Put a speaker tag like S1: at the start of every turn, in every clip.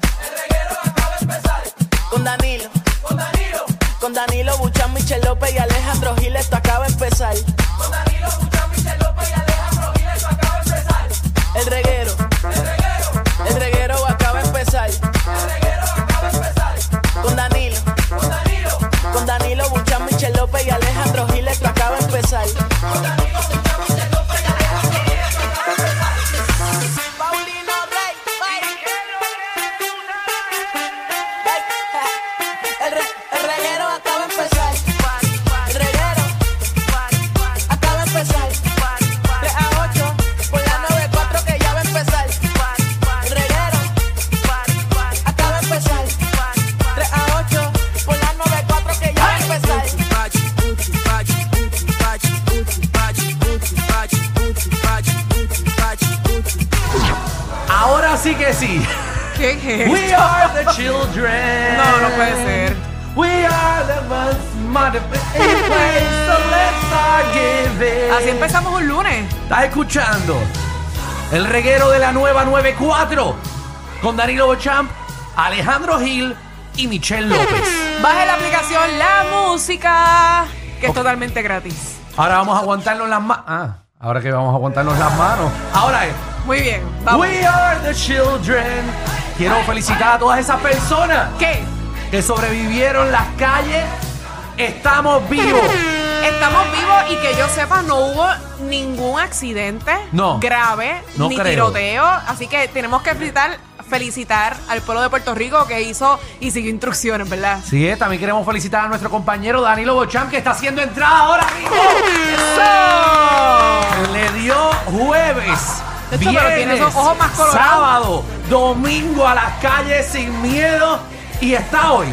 S1: El reguero acaba de empezar
S2: Con Danilo,
S1: con Danilo,
S2: con Danilo Buchan, Michel López y Alejandro Gil, esto acaba de empezar.
S1: con Danilo Buchan, Michel López y Alejandro Gil, esto acaba de empezar.
S2: El reguero,
S1: El reguero,
S2: el reguero acaba de empezar.
S1: el reguero acaba de empezar
S2: Con Danilo,
S1: con Danilo,
S2: con Danilo Buchan, Michel López y Alejandro Gil, esto acaba de empezar.
S1: con Danilo Buchan, Michel López y Alejandro Gil, esto acaba de empezar.
S2: Paulino Rey, bye. El re- el reguero acaba de empezar. El reguero acaba de empezar. 3 a 8, por la 94 que ya va a empezar. El reguero acaba de empezar. 3 a 8, por la 94 que ya va a empezar.
S3: Ahora sí que sí.
S4: ¿Qué es?
S3: We are the children.
S4: No, no puede ser.
S3: We are the ones modified place, so let's start giving.
S4: Así empezamos un lunes.
S3: Estás escuchando el reguero de la nueva 94 con Danilo Bochamp, Alejandro Gil y Michelle López.
S4: Baje la aplicación La Música, que es totalmente gratis.
S3: Ahora vamos a aguantarnos las manos. Ah, ahora que vamos a aguantarnos las manos. Ahora es.
S4: Muy bien, vamos.
S3: We are the children. Quiero felicitar a todas esas personas
S4: ¿Qué?
S3: que sobrevivieron las calles. Estamos vivos.
S4: Estamos vivos y que yo sepa no hubo ningún accidente
S3: No.
S4: grave
S3: No
S4: ni
S3: creo.
S4: tiroteo, así que tenemos que felicitar, felicitar al pueblo de Puerto Rico que hizo y siguió instrucciones, ¿verdad?
S3: Sí, eh, también queremos felicitar a nuestro compañero Danilo Bochamp que está haciendo entrada ahora mismo. ¡Eso! Le dio jueves.
S4: De hecho, pero
S3: viernes,
S4: tiene esos ojos más colorados.
S3: sábado, domingo a las calles sin miedo y está hoy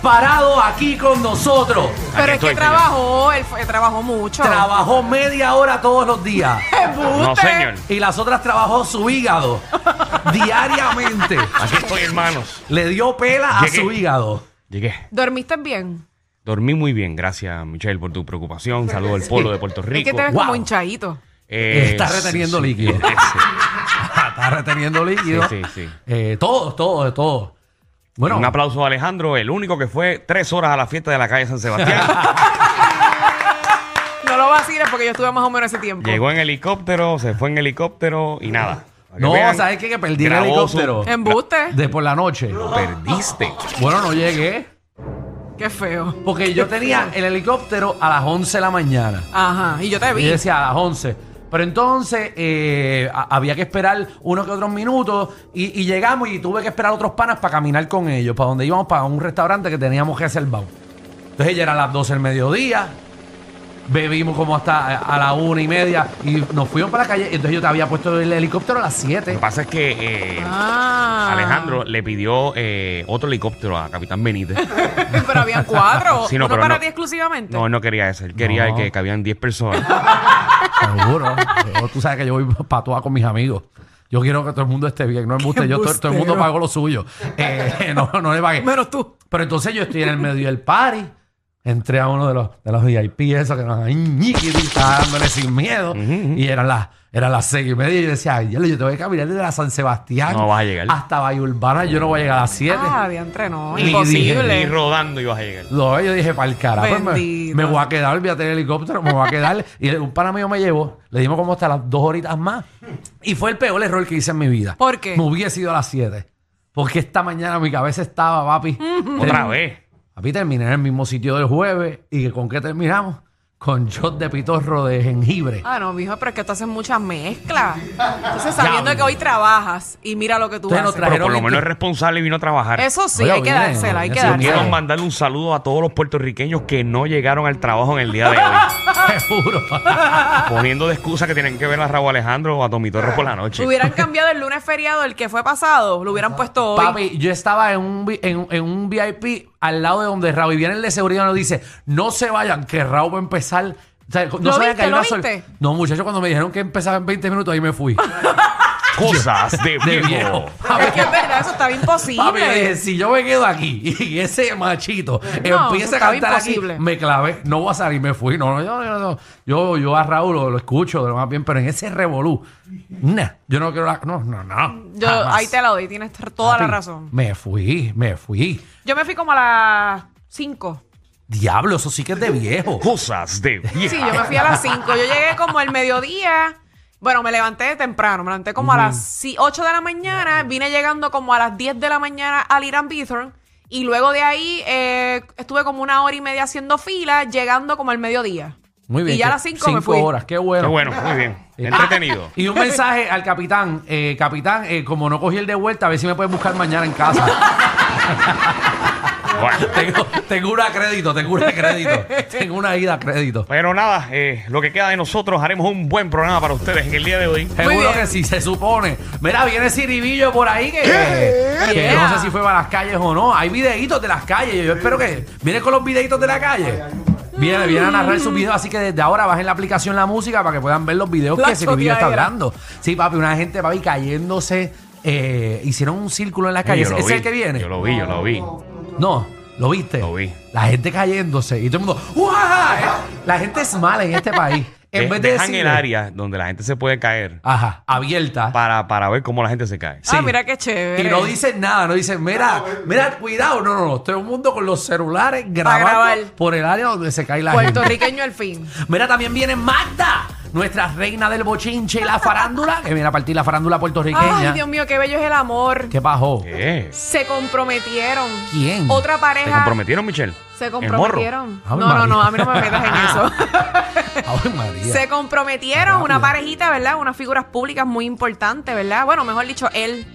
S3: parado aquí con nosotros.
S4: Pero es que trabajó, él fue- trabajó mucho.
S3: Trabajó media hora todos los días
S4: No, señor.
S3: y las otras trabajó su hígado diariamente.
S5: Aquí estoy, hermanos.
S3: Le dio pela a
S5: Llegué.
S3: su hígado.
S5: Llegué.
S4: ¿Dormiste bien?
S5: Dormí muy bien. Gracias, Michelle, por tu preocupación. Saludos al pueblo de Puerto
S4: Es que
S5: Rico.
S4: te ves
S3: Wow.
S4: como hinchadito.
S5: Eh,
S3: Está
S5: sí,
S3: reteniendo
S5: sí,
S3: líquido.
S5: eh, sí.
S3: está reteniendo líquido.
S5: Sí, sí, sí.
S3: Eh, todos, todos, todos. Bueno,
S5: Un aplauso a Alejandro, el único que fue tres horas a la fiesta de la calle San Sebastián.
S4: No lo vaciles porque yo estuve más o menos ese tiempo.
S5: Llegó en helicóptero, se fue en helicóptero y nada. Para que
S3: No,
S5: vean,
S3: ¿sabes qué? Que perdí el
S5: grabó
S3: helicóptero.
S4: Embuste.
S3: de por la noche.
S5: su- Perdiste.
S3: Bueno, no llegué.
S4: Qué feo.
S3: Porque yo tenía el helicóptero a las 11 de la mañana.
S4: Ajá, y yo te
S3: Y yo
S4: vi.
S3: decía a las 11. Pero entonces eh, a- había que esperar unos que otros minutos y, y llegamos y tuve que esperar otros panas para caminar con ellos, para donde íbamos, para un restaurante que teníamos que reservado. Entonces ya eran las 12 del mediodía, bebimos como hasta eh, a, a la una y media y nos fuimos para la calle. Entonces yo te había puesto el helicóptero a las 7.
S5: Lo que pasa es que eh,
S4: Ah.
S5: Alejandro le pidió eh, otro helicóptero a Capitán Benítez.
S4: Pero habían cuatro.
S5: Sí, no,
S4: Uno
S5: pero
S4: para
S5: no.
S4: ti exclusivamente.
S5: No, él no quería ese. Él quería
S3: No.
S5: el que cabían 10 personas.
S3: Seguro. Yo- tú sabes que yo voy patuá con mis amigos. Yo quiero que todo el mundo esté bien, no embuste. Yo, todo, todo el mundo
S4: embustero.
S3: pagó lo suyo. Eh, no, no le pagué.
S4: Menos tú.
S3: Pero entonces yo estoy en el medio del party. Entré a uno de los, de los VIP, eso que nos estaba dándole sin miedo. Y eran las, eran las seis y media. Y yo decía, ay, diablo, yo tengo que caminar desde la San Sebastián
S5: No vas a llegar.
S3: hasta Valle Urbana. Yo no voy a llegar a las siete.
S4: Ah, diantre, no.
S3: Y
S5: Y
S4: Imposible.
S5: rodando ibas a llegar.
S3: No, yo dije, para el carajo, pues, me,
S4: Bendito.
S3: me voy a quedar, voy a tener helicóptero, me voy a quedar. y un pana mío me llevó, le dimos como hasta las dos horitas más. Y fue el peor error que hice en mi vida.
S4: ¿Por qué?
S3: Me hubiese ido a las siete. Porque esta mañana mi cabeza estaba, papi.
S5: Otra
S3: Termi-
S5: vez.
S3: Papi, terminé en el mismo sitio del jueves. ¿Y con qué terminamos? Con shot de pitorro de jengibre.
S4: Ah, no, mijo, pero es que tú haces muchas mezclas. Entonces, sabiendo que hoy trabajas y mira lo que tú
S3: Ustedes no
S4: haces.
S3: trajeron-
S5: Pero por lo
S3: Veinte-
S5: menos es responsable y vino a trabajar.
S4: Eso sí,
S3: Oye,
S4: hay que
S3: bien,
S4: dársela, hay que
S3: bien,
S5: Yo
S3: Daniel.
S5: quiero
S4: dársela.
S3: bien.
S4: Ah.
S5: mandarle un saludo a todos los puertorriqueños que no llegaron al trabajo en el día de hoy.
S3: Seguro.
S5: Poniendo de excusa que tienen que ver a Raúl Alejandro o a Tommy Torres por la noche.
S4: Hubieran cambiado el lunes feriado, el que fue pasado, lo hubieran puesto hoy.
S3: Papi, yo estaba en un, vi- en, en un VIP al lado de donde Raúl y viene el de seguridad y nos dice, no se vayan, que Raúl va a empezar. O sea, no
S4: ¿Lo
S3: se vayan,
S4: viste?
S3: que hay
S4: ¿Lo
S3: una sol-
S4: viste?
S3: No, muchachos, cuando me dijeron que empezaba en 20 minutos, ahí me fui.
S5: Cosas de
S3: De
S5: viejo.
S3: viejo.
S4: Es que es verdad, eso estaba
S3: Papi, yo dije,
S4: imposible.
S3: si yo me quedo aquí y ese machito
S4: No, eso
S3: empieza a
S4: estaba
S3: cantar aquí,
S4: imposible.
S3: me clavé, no voy a salir, me fui. No, no, yo, yo, no. yo, yo a Raúl lo, lo escucho de lo más bien, pero en ese revolú, nah, yo no quiero la... No, no, no.
S4: Yo,
S3: jamás.
S4: ahí te la doy, tienes toda la
S3: Papi,
S4: razón.
S3: Me fui, me fui.
S4: Yo me fui como a las 5.
S3: Diablo, eso sí que es de viejo.
S5: Cosas de vieja.
S4: Sí, yo me fui a las 5. Yo llegué como al mediodía. Bueno, me levanté temprano. Me levanté como a las 8 de la mañana. Vine llegando como a las 10 de la mañana al Irán Bithorn. Y luego de ahí eh, estuve como una hora y media haciendo fila, llegando como al mediodía.
S3: Muy bien.
S4: Y ya a
S3: que-
S4: las 5 me fui.
S3: horas, qué bueno.
S5: Qué bueno, muy bien. Entretenido.
S3: Y un mensaje al capitán. Eh, capitán, eh, como no cogí el de vuelta, a ver si me puedes buscar mañana en casa.
S5: Bueno.
S3: tengo, tengo una crédito, tengo una crédito. Tengo una ida a crédito.
S5: Pero nada, eh, lo que queda de nosotros, haremos un buen programa para ustedes en el día de hoy.
S3: Seguro
S4: bien.
S3: que sí, se supone. Mira, viene Ciribillo por ahí que, que
S4: Yeah.
S3: no sé si fue para las calles o no. Hay videitos de las calles. Yo espero que. Viene con los videitos de la calle. Viene, viene a narrar sus videos, así que desde ahora bajen la aplicación la música para que puedan ver los videos
S4: La
S3: que Ciribillo está
S4: choteadera.
S3: hablando. Sí, papi, una gente, papi, cayéndose. eh, hicieron un círculo en las calles.
S5: Yo
S3: ¿Ese
S5: lo
S3: ¿Es
S5: vi,
S3: el que viene?
S5: Yo lo vi, yo lo vi.
S3: No, ¿lo viste?
S5: Lo vi.
S3: La gente cayéndose y todo el mundo. ¡Uah! Eh, La gente es mala en este país. En
S5: De-
S3: vez de
S5: Eh, dejan
S3: decirle-
S5: el área donde la gente se puede caer
S3: Ajá, abierta.
S5: para, para ver cómo la gente se cae.
S3: Sí.
S4: Ah, mira qué chévere.
S3: Y no dicen nada, no dicen,
S5: Ah,
S3: mira, mira, cuidado. No, no, no. Todo el mundo con los celulares
S4: grabar.
S3: grabando por el área donde se cae la gente.
S4: Puertorriqueño al fin.
S3: Mira, también viene Magda, nuestra reina del bochinche y la farándula, que viene a partir la farándula puertorriqueña.
S4: Ay, Dios mío, qué bello es el amor.
S3: ¿Qué pasó?
S5: ¿Qué?
S4: Se comprometieron.
S3: ¿Quién?
S4: Otra
S5: ¿Te
S4: pareja.
S5: comprometieron, Michelle?
S4: Ah, Se
S5: ¿El
S4: comprometieron.
S3: Ave
S4: No, no, no,
S3: María.
S4: a mí no me metas en eso.
S3: Ay, María.
S4: Se comprometieron una parejita, ¿verdad? Unas figuras públicas muy importantes, ¿verdad? Bueno, mejor dicho, él.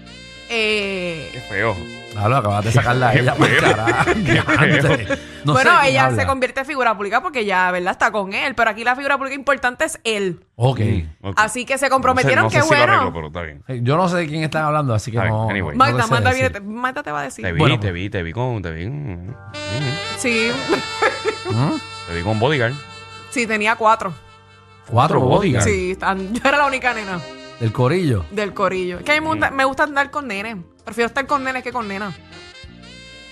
S4: eh,
S5: Qué feo.
S3: Claro, acabas de sacarla a ella.
S5: Qué feo.
S3: carajo.
S5: Qué feo.
S3: No sé
S4: bueno,
S3: quién
S4: ella
S3: habla.
S4: se convierte en figura pública porque ya, ¿verdad? Está con él, pero aquí la figura pública importante es él.
S3: Ok.
S5: Ok.
S4: Así que Ah, se comprometieron,
S5: No sé- no sé
S4: qué
S5: si lo
S4: bueno.
S5: arreglo, pero está bien.
S3: Eh, Yo no sé de quién están hablando, así que
S5: A ver,
S3: no.
S5: anyway.
S3: no
S4: Magda,
S3: sé
S4: Magda,
S3: decir.
S4: viene- te- Magda te va a decir.
S5: Te vi,
S3: Bueno,
S5: te
S3: pues.
S5: vi, te vi con... Te vi, mm, mm,
S4: Sí,
S3: ¿Mm?
S5: te vi con bodyguard.
S4: sí, tenía cuatro.
S3: Cuatro
S5: Otro
S3: bodyguards
S4: Sí, están- yo era la única nena
S3: del corillo.
S4: del corillo. Es que a mí me
S5: Mm.
S4: gusta, me gusta andar con nenes. Prefiero estar con nenes que con nenas.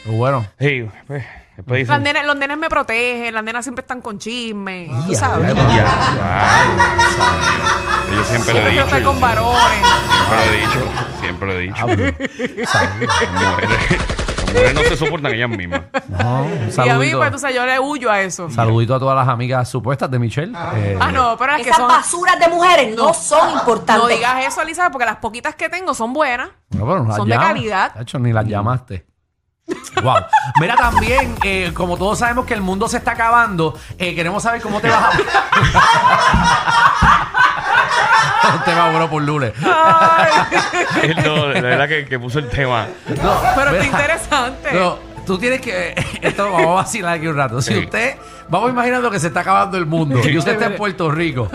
S3: Pero bueno.
S5: Sí, pues, después
S4: Las
S5: dicen...
S4: nenas- los nenes me protegen, las nenas siempre están con chisme. tú
S3: Ya,
S4: sabes.
S3: ya, ya.
S5: Ay, Yo siempre lo he
S4: Siempre quiero estar con
S5: dicho.
S4: varones.
S5: Siempre lo he dicho. Siempre lo he dicho.
S3: Diablo. Saludos.
S5: Las mujeres- las mujeres no se soportan ellas mismas.
S3: No, Ah, un
S4: Y a mí,
S3: saludito.
S4: pues, tú sabes, yo le huyo a eso.
S3: Saludito a todas las amigas supuestas de Michelle. Eh,
S4: Ah, no, pero las que
S6: Esas
S4: son.
S6: basuras de mujeres no, son importantes.
S4: No digas eso, Elizabeth, porque las poquitas que tengo son buenas.
S3: bueno, pero no las
S4: son de
S3: llamas.
S4: calidad.
S3: Tacho, ni las llamaste. Wow. Mira también, eh, como todos sabemos que el mundo se está acabando, eh, queremos saber cómo te vas a... te va bueno por Lule.
S5: No, la verdad que, que puso el tema.
S3: No,
S4: Pero
S3: mira,
S4: está interesante.
S3: No, tú tienes que. Esto lo vamos a vacilar aquí un rato. Si
S5: Sí.
S3: usted. Vamos a imaginarlo que se está acabando el mundo y usted está en Puerto Rico.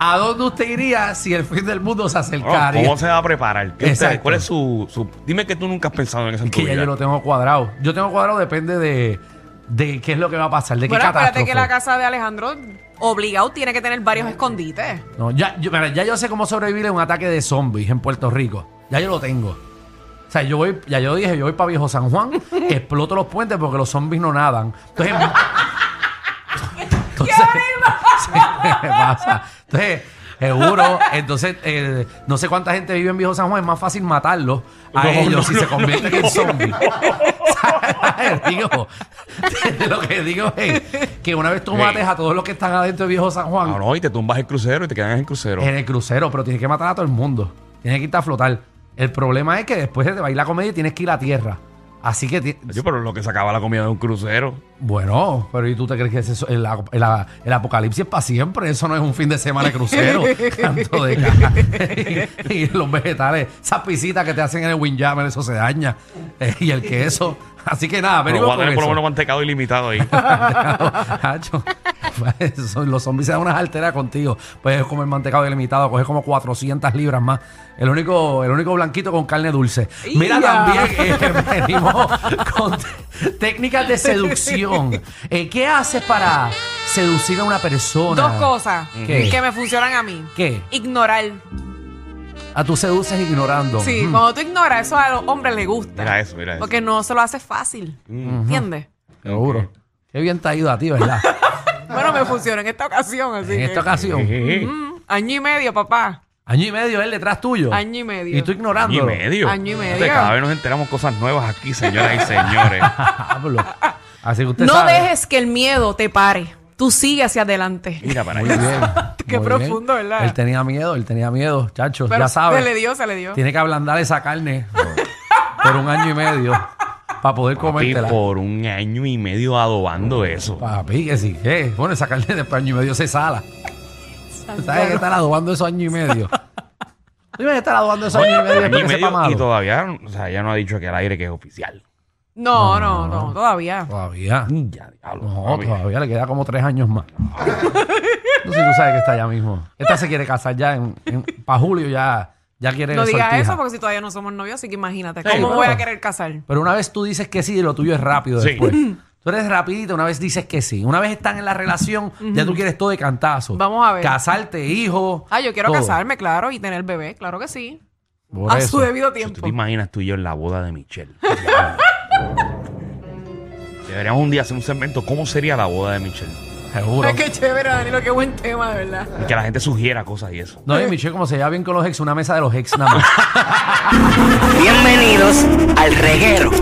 S3: ¿A dónde usted iría si el fin del mundo se
S5: Oh,
S3: acercaría?
S5: ¿Cómo se va a preparar? ¿Qué
S3: Exacto.
S5: usted- ¿Cuál es su, su- Dime que tú nunca has pensado en eso en tu
S3: que ya
S5: vida.
S3: yo lo tengo cuadrado. Yo tengo cuadrado depende de, de qué es lo que va a pasar, de qué
S4: Bueno, espérate
S3: catástrofe.
S4: que la casa de Alejandro, obligado, tiene que tener varios escondites.
S3: No, ya, yo, mira, ya yo sé cómo sobrevivir a un ataque de zombies en Puerto Rico. Ya yo lo tengo. O sea, yo voy, ya yo dije, yo voy para Viejo San Juan, exploto los puentes porque los zombies no nadan. Entonces, entonces sí, ¿qué pasa? Entonces, seguro, entonces, eh, no sé cuánta gente vive en Viejo San Juan, es más fácil matarlos a
S5: No,
S3: ellos
S5: no,
S3: si
S5: no,
S3: se convierten
S5: no,
S3: en
S5: no.
S3: zombies. ¿Sabes? digo, lo que digo es que una vez tú
S5: Sí.
S3: mates a todos los que están adentro de Viejo San Juan,
S5: No, no, y te tumbas el crucero y te quedan en el crucero.
S3: en el crucero, pero tienes que matar a todo el mundo. Tienes que irte a flotar. El problema es que después de te bailar comedia tienes que ir a tierra. Así que. ti-
S5: Yo, pero lo que se acaba la comida de un crucero.
S3: Bueno, pero ¿y tú te crees que ese- el, el- el apocalipsis es para siempre? Eso no es un fin de semana de crucero. Canto de caja. y, los vegetales, esas pisitas que te hacen en el Windjammer, eso se daña. Eh, y el queso. Así que nada,
S5: Pero
S3: venimos
S5: voy a
S3: con
S5: tener por lo
S3: eso.
S5: menos mantecado ilimitado ahí.
S3: Hacho. pues, los zombies se dan unas alteras contigo. Puedes comer mantecado ilimitado, coges como 400 libras más. El único, el único blanquito con carne dulce. Mira
S4: ¡Ya!
S3: también, eh, venimos con t- técnicas de seducción. Eh, ¿Qué haces para seducir a una persona?
S4: Dos cosas
S3: ¿Qué?
S4: que me funcionan a mí.
S3: ¿Qué?
S4: Ignorar.
S3: Ah, tú seduces ignorando.
S4: Sí,
S3: Mm.
S4: cuando tú ignoras, eso a los hombres les gusta.
S5: Mira eso, mira eso.
S4: Porque no se lo hace fácil.
S3: Mm.
S4: ¿Entiendes?
S3: Seguro. Qué bien te ha ido a ti, ¿verdad?
S4: Bueno, me funcionó en esta ocasión, así
S3: en
S4: que.
S3: esta ocasión.
S5: Eh,
S4: Mm, año y medio, papá.
S3: Año y medio él detrás tuyo.
S4: Año y medio.
S3: Y tú
S5: Año y
S3: ignorándolo.
S5: medio.
S4: Año y
S5: Usted,
S4: medio.
S5: Cada vez nos enteramos cosas nuevas aquí, señoras y señores.
S3: Pablo. Así que usted
S4: No
S3: sabe.
S4: dejes que el miedo te pare. Tú sigue hacia adelante.
S5: Mira para
S3: Muy
S5: allá.
S3: bien.
S4: Qué
S3: muy
S4: profundo, ¿verdad?
S3: Él tenía miedo, él tenía miedo, chacho.
S4: Pero
S3: ya sabes.
S4: se le dio, se le dio.
S3: Tiene que ablandar esa carne por un año y medio para poder
S5: Papi,
S3: comértela.
S5: por un año y medio adobando eso.
S3: Papi, que sí, que. Bueno, esa carne después de año y medio se sala. ¿Sabes que estar adobando esos año y medio? Tú ibas a estar adobando esos año y medio
S5: Año
S3: después
S5: y
S3: que sepa
S5: medio y
S3: malo.
S5: todavía, o sea, ya no ha dicho que al aire que es oficial.
S4: No, no, no, todavía.
S3: Todavía.
S5: Mm, Ya, diablo.
S3: No,
S5: papi.
S3: todavía le queda como tres años más. No sé si tú sabes que está allá mismo. Esta se quiere casar ya en, para julio ya, ya quiere
S4: No digas
S3: sortija.
S4: eso porque si todavía no somos novios, así que imagínate.
S5: Sí,
S4: ¿Cómo
S5: pero-
S4: voy a querer casar?
S3: Pero una vez tú dices que sí, lo tuyo es rápido
S5: Sí.
S3: después. Tú eres rapidito, una vez dices que sí. Una vez están en la relación, ya tú quieres todo de cantazo.
S4: Vamos a ver.
S3: Casarte, hijo.
S4: Ah, yo quiero
S3: todo.
S4: casarme, Ah, claro, y tener bebé, claro que sí.
S3: Por
S4: a
S3: eso.
S4: su debido
S5: ¿Tú
S4: tiempo.
S5: te imaginas tú y yo en la boda de Michelle? Deberíamos un día hacer un segmento. ¿Cómo sería la boda de Michelle?
S3: Seguro.
S4: Ay, qué chévere, Danilo, qué buen tema, de verdad.
S5: Y que la gente sugiera cosas y eso.
S3: No, y Michelle, como se lleva bien con los ex, una mesa de los ex nada más.
S7: Bienvenidos al reguero.